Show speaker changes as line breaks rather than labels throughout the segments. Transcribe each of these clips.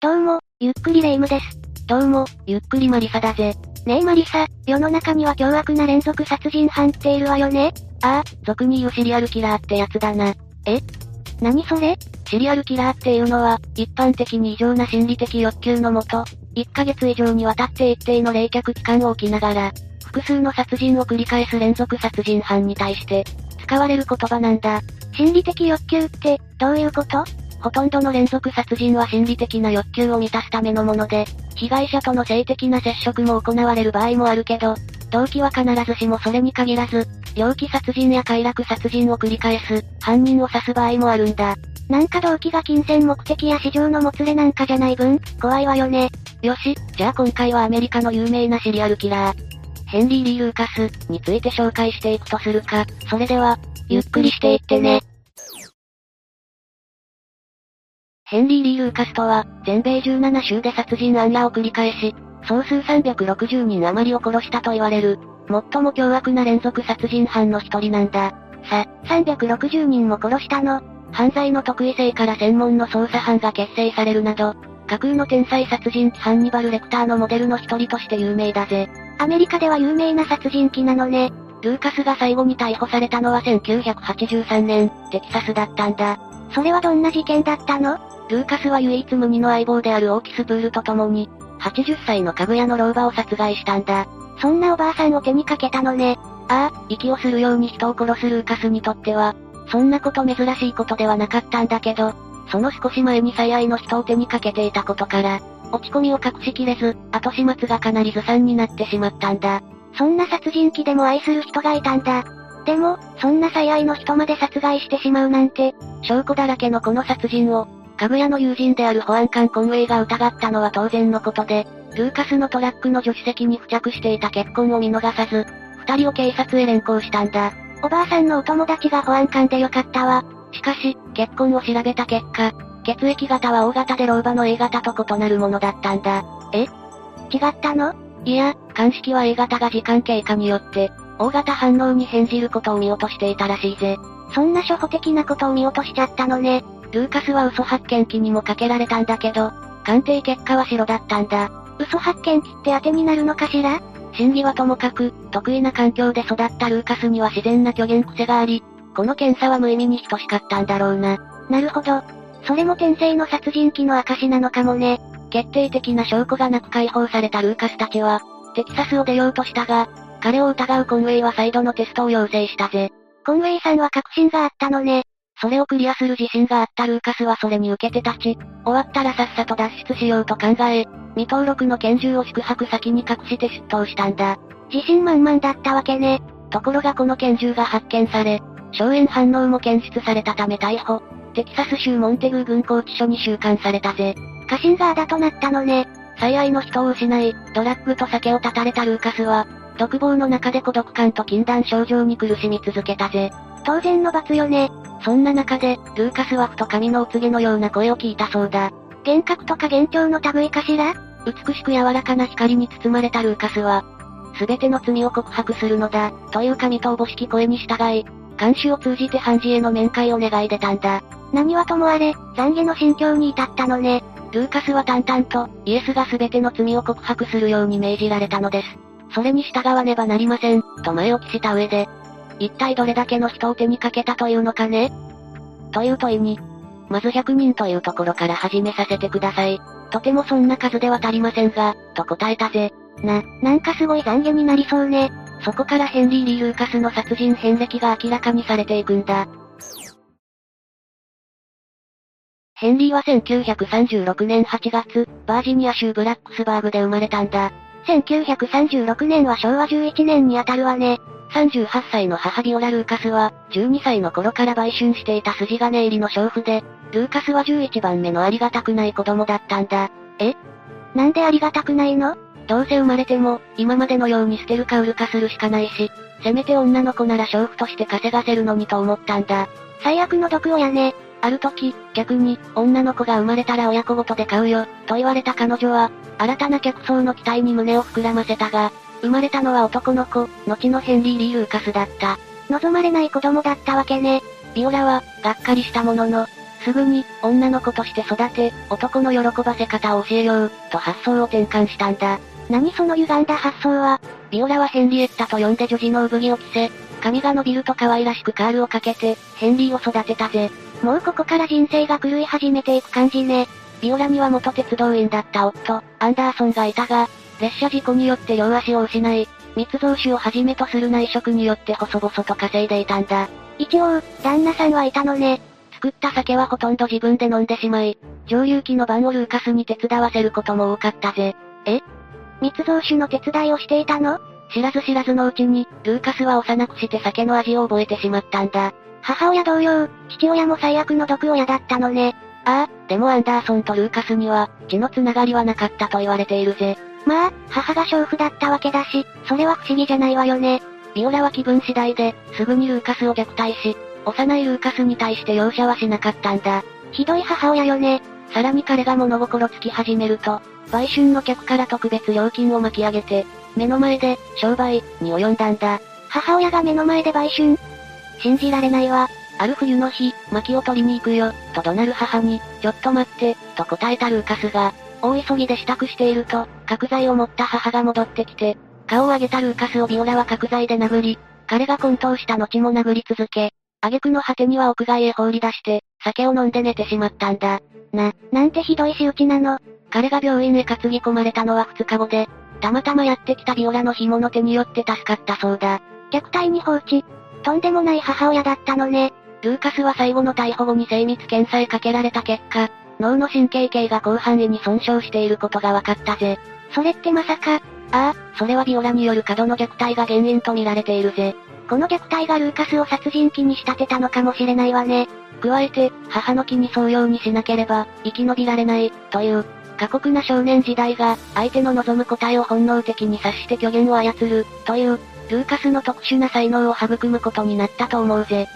どうも、ゆっくりレ夢ムです。
どうも、ゆっくりマリサだぜ。
ねえマリサ、世の中には凶悪な連続殺人犯っているわよね
ああ、俗に言うシリアルキラーってやつだな。
何それ
シリアルキラーっていうのは、一般的に異常な心理的欲求のもと、1ヶ月以上にわたって一定の冷却期間を置きながら、複数の殺人を繰り返す連続殺人犯に対して、使われる言葉なんだ。
心理的欲求って、どういうこと
ほとんどの連続殺人は心理的な欲求を満たすためのもので、被害者との性的な接触も行われる場合もあるけど、動機は必ずしもそれに限らず、猟奇殺人や快楽殺人を繰り返す、犯人を指す場合もあるんだ。
なんか動機が金銭目的や市場のもつれなんかじゃない分、怖いわよね。
よし、じゃあ今回はアメリカの有名なシリアルキラー、ヘンリー・リー・ルーカスについて紹介していくとするか、それでは、ゆっくりしていってね。ヘンリー・リー・ルーカスとは、全米17州で殺人案らを繰り返し、総数360人余りを殺したと言われる、最も凶悪な連続殺人犯の一人なんだ。さ、
360人も殺したの。
犯罪の特異性から専門の捜査班が結成されるなど、架空の天才殺人鬼ハンニバル・レクターのモデルの一人として有名だぜ。
アメリカでは有名な殺人鬼なのね。
ルーカスが最後に逮捕されたのは1983年、テキサスだったんだ。
それはどんな事件だったの
ルーカスは唯一無二の相棒であるオーキスブールと共に、80歳の家具屋の老婆を殺害したんだ。
そんなおばあさんを手にかけたのね。
ああ、息をするように人を殺すルーカスにとっては、そんなこと珍しいことではなかったんだけど、その少し前に最愛の人を手にかけていたことから、落ち込みを隠しきれず、後始末がかなりずさんになってしまったんだ。
そんな殺人鬼でも愛する人がいたんだ。でも、そんな最愛の人まで殺害してしまうなんて、
証拠だらけのこの殺人を、家具屋の友人である保安官コンウェイが疑ったのは当然のことで、ルーカスのトラックの助手席に付着していた血痕を見逃さず、二人を警察へ連行したんだ。
おばあさんのお友達が保安官でよかったわ。
しかし、血痕を調べた結果、血液型は O 型で老婆の A 型と異なるものだったんだ。
違ったの
いや、鑑識は A 型が時間経過によって、O 型反応に変じることを見落としていたらしいぜ。
そんな初歩的なことを見落としちゃったのね。
ルーカスは嘘発見器にもかけられたんだけど、鑑定結果は白だったんだ。
嘘発見器って当てになるのかしら
審議はともかく、得意な環境で育ったルーカスには自然な虚言癖があり、この検査は無意味に等しかったんだろうな。
なるほど。それも天性の殺人鬼の証なのかもね。
決定的な証拠がなく解放されたルーカスたちは、テキサスを出ようとしたが、彼を疑うコンウェイは再度のテストを要請したぜ。
コンウェイさんは確信があったのね。
それをクリアする自信があったルーカスはそれに受けて立ち、終わったらさっさと脱出しようと考え、未登録の拳銃を宿泊先に隠して出頭したんだ。
自信満々だったわけね。
ところがこの拳銃が発見され、硝煙反応も検出されたため逮捕。テキサス州モンテグー軍拘置所に収監されたぜ。
過信ガーだとなったのね。
最愛の人を失い、ドラッグと酒を断たれたルーカスは、独房の中で孤独感と禁断症状に苦しみ続けたぜ。
当然の罰よね。
そんな中で、ルーカスはふと髪のお告げのような声を聞いたそうだ。
幻覚とか幻聴の類かしら
美しく柔らかな光に包まれたルーカスは、すべての罪を告白するのだ、という神とおぼしき声に従い、監視を通じて判事への面会を願い出たんだ。
何はともあれ、懺悔の心境に至ったのね。
ルーカスは淡々と、イエスがすべての罪を告白するように命じられたのです。それに従わねばなりません、と前置きした上で、一体どれだけの人を手にかけたというのかねという問いに、まず100人というところから始めさせてください。とてもそんな数では足りませんが、と答えたぜ。
な、なんかすごい懺悔になりそうね。
そこからヘンリー・リー・ルーカスの殺人遍歴が明らかにされていくんだ。ヘンリーは1936年8月、バージニア州ブラックスバーグで生まれたんだ。
1936年は昭和11年にあたるわね。
38歳の母ビオラ・ルーカスは、12歳の頃から売春していた筋金入りの娼婦で、ルーカスは11番目のありがたくない子供だったんだ。
なんでありがたくないの
どうせ生まれても、今までのように捨てるか売るかするしかないし、せめて女の子なら娼婦として稼がせるのにと思ったんだ。
最悪の毒親ね。
ある時、逆に、女の子が生まれたら親子ごとで買うよ、と言われた彼女は、新たな客層の期待に胸を膨らませたが、生まれたのは男の子、後のヘンリー・リー・ルーカスだった。
望まれない子供だったわけね。
ビオラは、がっかりしたものの、すぐに、女の子として育て、男の喜ばせ方を教えよう、と発想を転換したんだ。
何その歪んだ発想は、
ビオラはヘンリエッタと呼んで女児の産着を着せ、髪が伸びると可愛らしくカールをかけて、ヘンリーを育てたぜ。
もうここから人生が狂い始めていく感じね。
ビオラには元鉄道員だった夫、アンダーソンがいたが、列車事故によって両足を失い、密造酒をはじめとする内職によって細々と稼いでいたんだ。
一応、旦那さんはいたのね。
作った酒はほとんど自分で飲んでしまい、蒸留機の番をルーカスに手伝わせることも多かったぜ。
え密造酒の手伝いをしていたの
知らず知らずのうちに、ルーカスは幼くして酒の味を覚えてしまったんだ。
母親同様、父親も最悪の毒親だったのね。
ああ、でもアンダーソンとルーカスには、血のつながりはなかったと言われているぜ。
まあ、母が娼婦だったわけだし、それは不思議じゃないわよね。
ビオラは気分次第で、すぐにルーカスを虐待し、幼いルーカスに対して容赦はしなかったんだ。
ひどい母親よね。
さらに彼が物心つき始めると、売春の客から特別料金を巻き上げて、目の前で、商売、に及んだんだ。
母親が目の前で売春
信じられないわ。ある冬の日、薪を取りに行くよ、と怒鳴る母に、ちょっと待って、と答えたルーカスが、大急ぎで支度していると、角材を持った母が戻ってきて、顔を上げたルーカスをビオラは角材で殴り、彼が混沌した後も殴り続け、挙句の果てには屋外へ放り出して、酒を飲んで寝てしまったんだ。
な、なんてひどい仕打ちなの。
彼が病院へ担ぎ込まれたのは2日後で、たまたまやってきたビオラの紐の手によって助かったそうだ。
虐待に放置。とんでもない母親だったのね。
ルーカスは最後の逮捕後に精密検査へかけられた結果、脳の神経系が広範囲に損傷していることが分かったぜ。
それってまさか、
ああ、それはビオラによる過度の虐待が原因と見られているぜ。
この虐待がルーカスを殺人鬼に仕立てたのかもしれないわね。
加えて、母の気に沿うようにしなければ、生き延びられない、という、過酷な少年時代が、相手の望む答えを本能的に察して虚言を操る、という、ルーカスの特殊な才能を育むことになったと思うぜ。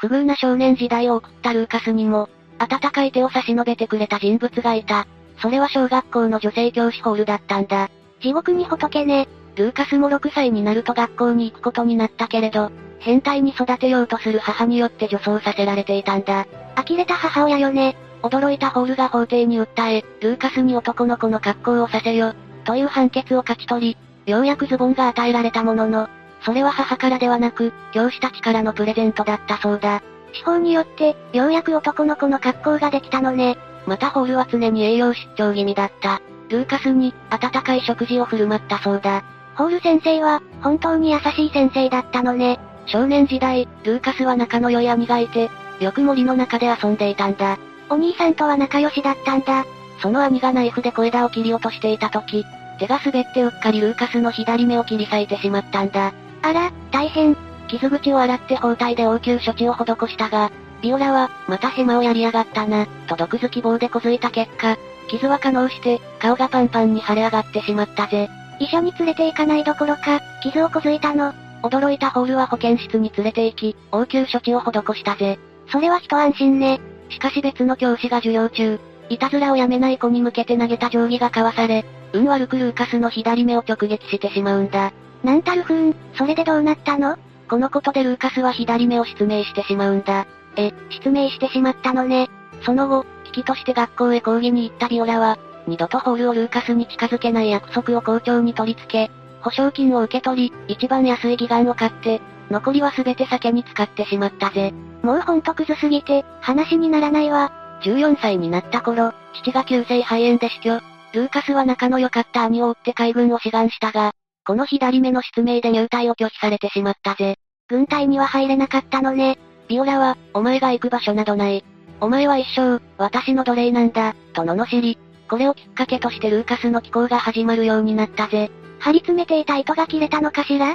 不遇な少年時代を送ったルーカスにも、温かい手を差し伸べてくれた人物がいた。それは小学校の女性教師ホールだったんだ。
地獄に仏ね。
ルーカスも6歳になると学校に行くことになったけれど、変態に育てようとする母によって女装させられていたんだ。
呆れた母親よね。
驚いたホールが法廷に訴え、ルーカスに男の子の格好をさせよ、という判決を勝ち取り、ようやくズボンが与えられたものの、それは母からではなく、教師たちからのプレゼントだったそうだ。
司法によって、ようやく男の子の格好ができたのね。
またホールは常に栄養失調気味だった。ルーカスに、温かい食事を振る舞ったそうだ。
ホール先生は、本当に優しい先生だったのね。
少年時代、ルーカスは仲の良い兄がいて、よく森の中で遊んでいたんだ。
お兄さんとは仲良しだったんだ。
その兄がナイフで小枝を切り落としていた時、手が滑ってうっかりルーカスの左目を切り裂いてしまったんだ。
あら、大変。
傷口を洗って包帯で応急処置を施したが、ビオラは、またヘマをやりやがったな、と毒づき棒でこづいた結果、傷は化膿して、顔がパンパンに腫れ上がってしまったぜ。
医者に連れて行かないどころか、傷をこづいたの。
驚いたホールは保健室に連れて行き、応急処置を施したぜ。
それは一安心ね。
しかし別の教師が授業中、いたずらをやめない子に向けて投げた定規が交わされ、運悪くルーカスの左目を直撃してしまうんだ。
なんたる不運、それでどうなったの
このことでルーカスは左目を失明してしまうんだ。
え、失明してしまったのね。
その後、危機として学校へ講義に行ったビオラは、二度とホールをルーカスに近づけない約束を校長に取り付け、保証金を受け取り、一番安い義眼を買って、残りは全て酒に使ってしまったぜ。
もうほんとクズすぎて、話にならないわ。
14歳になった頃、父が急性肺炎で死去。ルーカスは仲の良かった兄を追って海軍を志願したが、この左目の失明で入隊を拒否されてしまったぜ。
軍隊には入れなかったのね。
ビオラは、お前が行く場所などない。お前は一生、私の奴隷なんだ、と罵り、これをきっかけとしてルーカスの寄稿が始まるようになったぜ。
張り詰めていた糸が切れたのかしら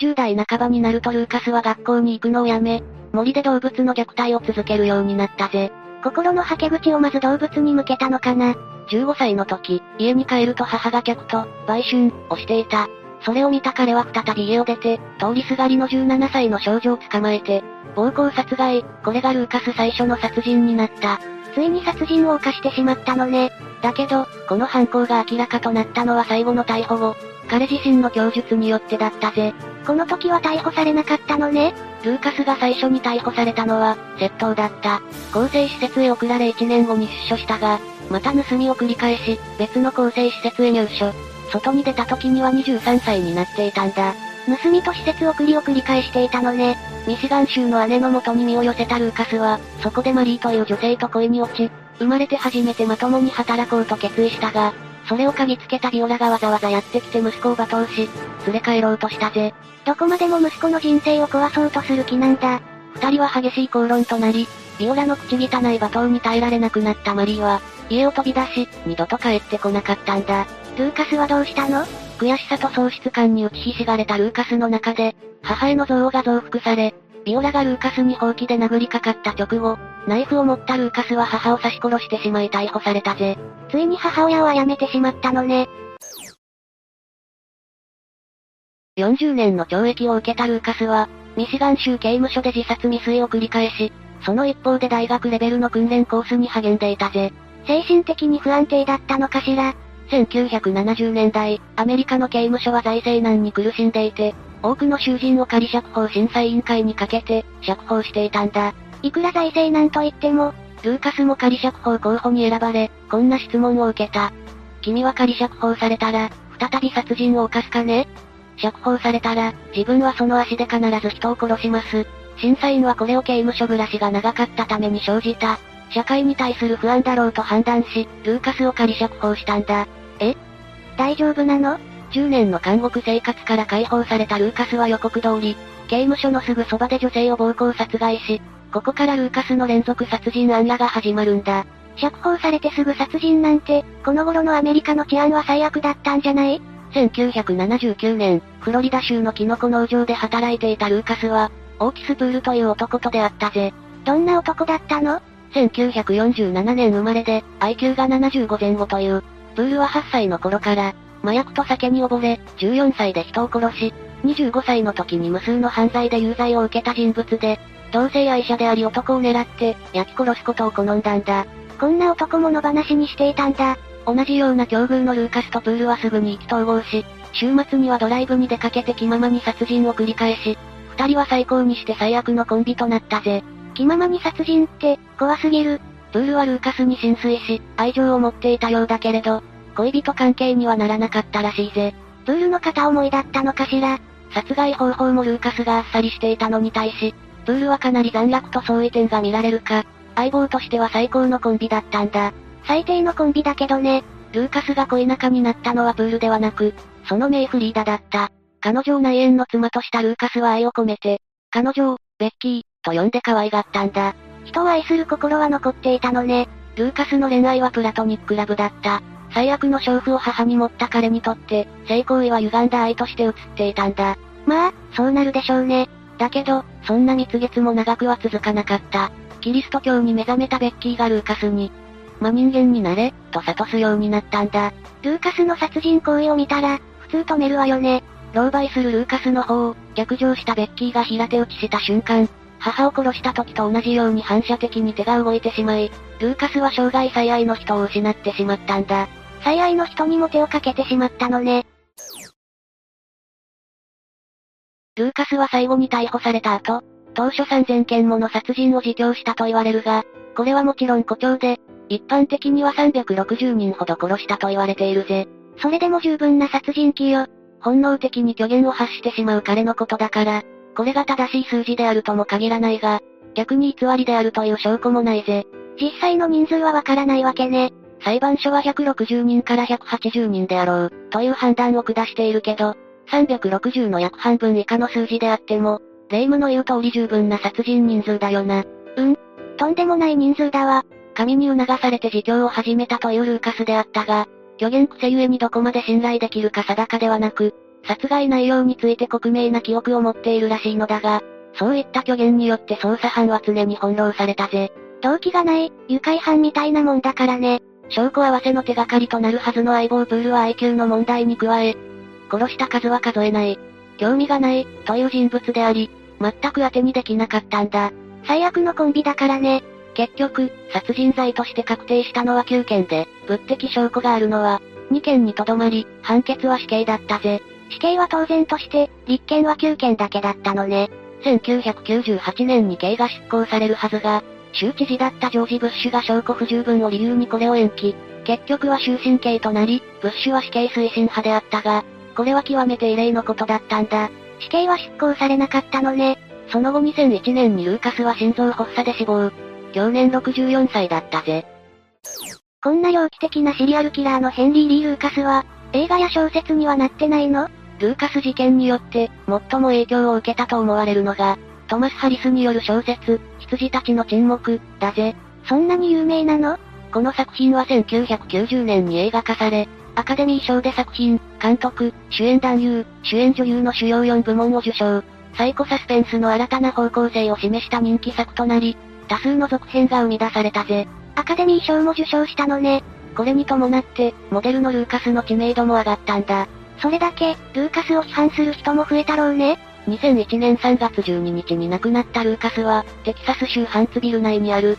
?10 代半ばになるとルーカスは学校に行くのをやめ、森で動物の虐待を続けるようになったぜ。
心のはけ口をまず動物に向けたのかな。
15歳の時、家に帰ると母が客と、売春、をしていた。それを見た彼は再び家を出て、通りすがりの17歳の少女を捕まえて、暴行殺害、これがルーカス最初の殺人になった。
ついに殺人を犯してしまったのね。
だけど、この犯行が明らかとなったのは最後の逮捕後、彼自身の供述によってだったぜ。
この時は逮捕されなかったのね。
ルーカスが最初に逮捕されたのは、窃盗だった。更生施設へ送られ1年後に出所したが、また盗みを繰り返し、別の更生施設へ入所。外に出た時には23歳になっていたんだ。
盗みと施設送りを繰り返していたのね。
ミシガン州の姉の元に身を寄せたルーカスは、そこでマリーという女性と恋に落ち、生まれて初めてまともに働こうと決意したが、それを嗅ぎつけたビオラがわざわざやってきて息子を罵倒し、連れ帰ろうとしたぜ。
どこまでも息子の人生を壊そうとする気なんだ。
二人は激しい口論となり、ビオラの口汚い罵倒に耐えられなくなったマリーは、家を飛び出し、二度と帰ってこなかったんだ。
ルーカスはどうしたの
悔しさと喪失感に打ちひしがれたルーカスの中で、母への憎悪が増幅され、ビオラがルーカスに放棄で殴りかかった直後、ナイフを持ったルーカスは母を刺し殺してしまい逮捕されたぜ。
ついに母親を殺めてしまったのね。
40年の懲役を受けたルーカスは、ミシガン州刑務所で自殺未遂を繰り返し、その一方で大学レベルの訓練コースに励んでいたぜ。
精神的に不安定だったのかしら。
1970年代、アメリカの刑務所は財政難に苦しんでいて、多くの囚人を仮釈放審査委員会にかけて、釈放していたんだ。
いくら財政難と言っても、
ルーカスも仮釈放候補に選ばれ、こんな質問を受けた。君は仮釈放されたら、再び殺人を犯すかね釈放されたら、自分はその足で必ず人を殺します。審査員はこれを刑務所暮らしが長かったために生じた、社会に対する不安だろうと判断し、ルーカスを仮釈放したんだ。
大丈夫なの
10年の監獄生活から解放されたルーカスは予告通り、刑務所のすぐそばで女性を暴行殺害し、ここからルーカスの連続殺人案らが始まるんだ。
釈放されてすぐ殺人なんて、この頃のアメリカの治安は最悪だったんじゃない
1979年、フロリダ州のキノコ農場で働いていたルーカスは、オーキスプールという男と出会ったぜ。
どんな男だったの
1947年生まれで、IQ が75前後という、プールは8歳の頃から、麻薬と酒に溺れ、14歳で人を殺し、25歳の時に無数の犯罪で有罪を受けた人物で、同性愛者であり男を狙って、焼き殺すことを好んだんだ。
こんな男も野放しにしていたんだ。
同じような境遇のルーカスとプールはすぐに意気投合し、週末にはドライブに出かけて気ままに殺人を繰り返し、二人は最高にして最悪のコンビとなったぜ。
気ままに殺人って、怖すぎる。
プールはルーカスに浸水し、愛情を持っていたようだけれど、恋人関係にはならなかったらしいぜ。
プールの片思いだったのかしら。
殺害方法もルーカスがあっさりしていたのに対し、プールはかなり残虐と相違点が見られるか、相棒としては最高のコンビだったんだ。
最低のコンビだけどね。
ルーカスが恋仲になったのはプールではなく、そのメイフリーダだった。彼女を内縁の妻としたルーカスは愛を込めて、彼女を、ベッキー、と呼んで可愛がったんだ。
人を愛する心は残っていたのね。
ルーカスの恋愛はプラトニックラブだった。最悪の娼婦を母に持った彼にとって、性行為は歪んだ愛として映っていたんだ。
まあ、そうなるでしょうね。
だけど、そんな蜜月も長くは続かなかった。キリスト教に目覚めたベッキーがルーカスに、真人間になれ、と諭すようになったんだ。
ルーカスの殺人行為を見たら、普通止めるわよね。
狼狽するルーカスの方を、逆上したベッキーが平手打ちした瞬間、母を殺した時と同じように反射的に手が動いてしまい、ルーカスは生涯最愛の人を失ってしまったんだ。
最愛の人にも手をかけてしまったのね。
ルーカスは最後に逮捕された後、当初3000件もの殺人を自供したと言われるが、これはもちろん誇張で、一般的には360人ほど殺したと言われているぜ。
それでも十分な殺人鬼よ。
本能的に虚言を発してしまう彼のことだから、これが正しい数字であるとも限らないが、逆に偽りであるという証拠もないぜ。
実際の人数はわからないわけね。
裁判所は160人から180人であろう、という判断を下しているけど、360の約半分以下の数字であっても、霊夢の言う通り十分な殺人人数だよな。
とんでもない人数だわ。
神に促されて自供を始めたというルーカスであったが、虚言癖ゆえにどこまで信頼できるか定かではなく、殺害内容について克明な記憶を持っているらしいのだが、そういった虚言によって捜査班は常に翻弄されたぜ。
動機がない、愉快犯みたいなもんだからね。
証拠合わせの手がかりとなるはずの相棒プールは IQ の問題に加え、殺した数は数えない、興味がない、という人物であり、全く当てにできなかったんだ。
最悪のコンビだからね。
結局、殺人罪として確定したのは9件で、物的証拠があるのは、2件にとどまり、判決は死刑だったぜ。
死刑は当然として、立件は9件だけだったのね。
1998年に刑が執行されるはずが、州知事だったジョージ・ブッシュが証拠不十分を理由にこれを延期。結局は終身刑となり、ブッシュは死刑推進派であったが、これは極めて異例のことだったんだ。
死刑は執行されなかったのね。
その後2001年にルーカスは心臓発作で死亡。去年64歳だったぜ。
こんな猟奇的なシリアルキラーのヘンリー・リー・ルーカスは、映画や小説にはなってないの
ルーカス事件によって、最も影響を受けたと思われるのが、トマス・ハリスによる小説、羊たちの沈黙、だぜ。
そんなに有名なの
この作品は1990年に映画化され、アカデミー賞で作品、監督、主演男優、主演女優の主要4部門を受賞。サイコサスペンスの新たな方向性を示した人気作となり、多数の続編が生み出されたぜ。
アカデミー賞も受賞したのね。
これに伴って、モデルのルーカスの知名度も上がったんだ。
それだけ、ルーカスを批判する人も増えたろうね。
2001年3月12日に亡くなったルーカスは、テキサス州ハンツビル内にある、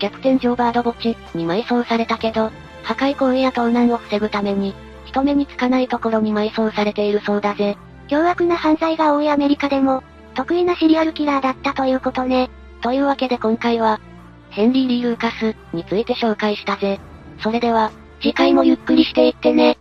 キャプテン・ジョーバード墓地に埋葬されたけど、破壊行為や盗難を防ぐために、人目につかないところに埋葬されているそうだぜ。
凶悪な犯罪が多いアメリカでも、得意なシリアルキラーだったということね。
というわけで今回は、ヘンリー・リー・ルーカスについて紹介したぜ。それでは、
次回もゆっくりしていってね。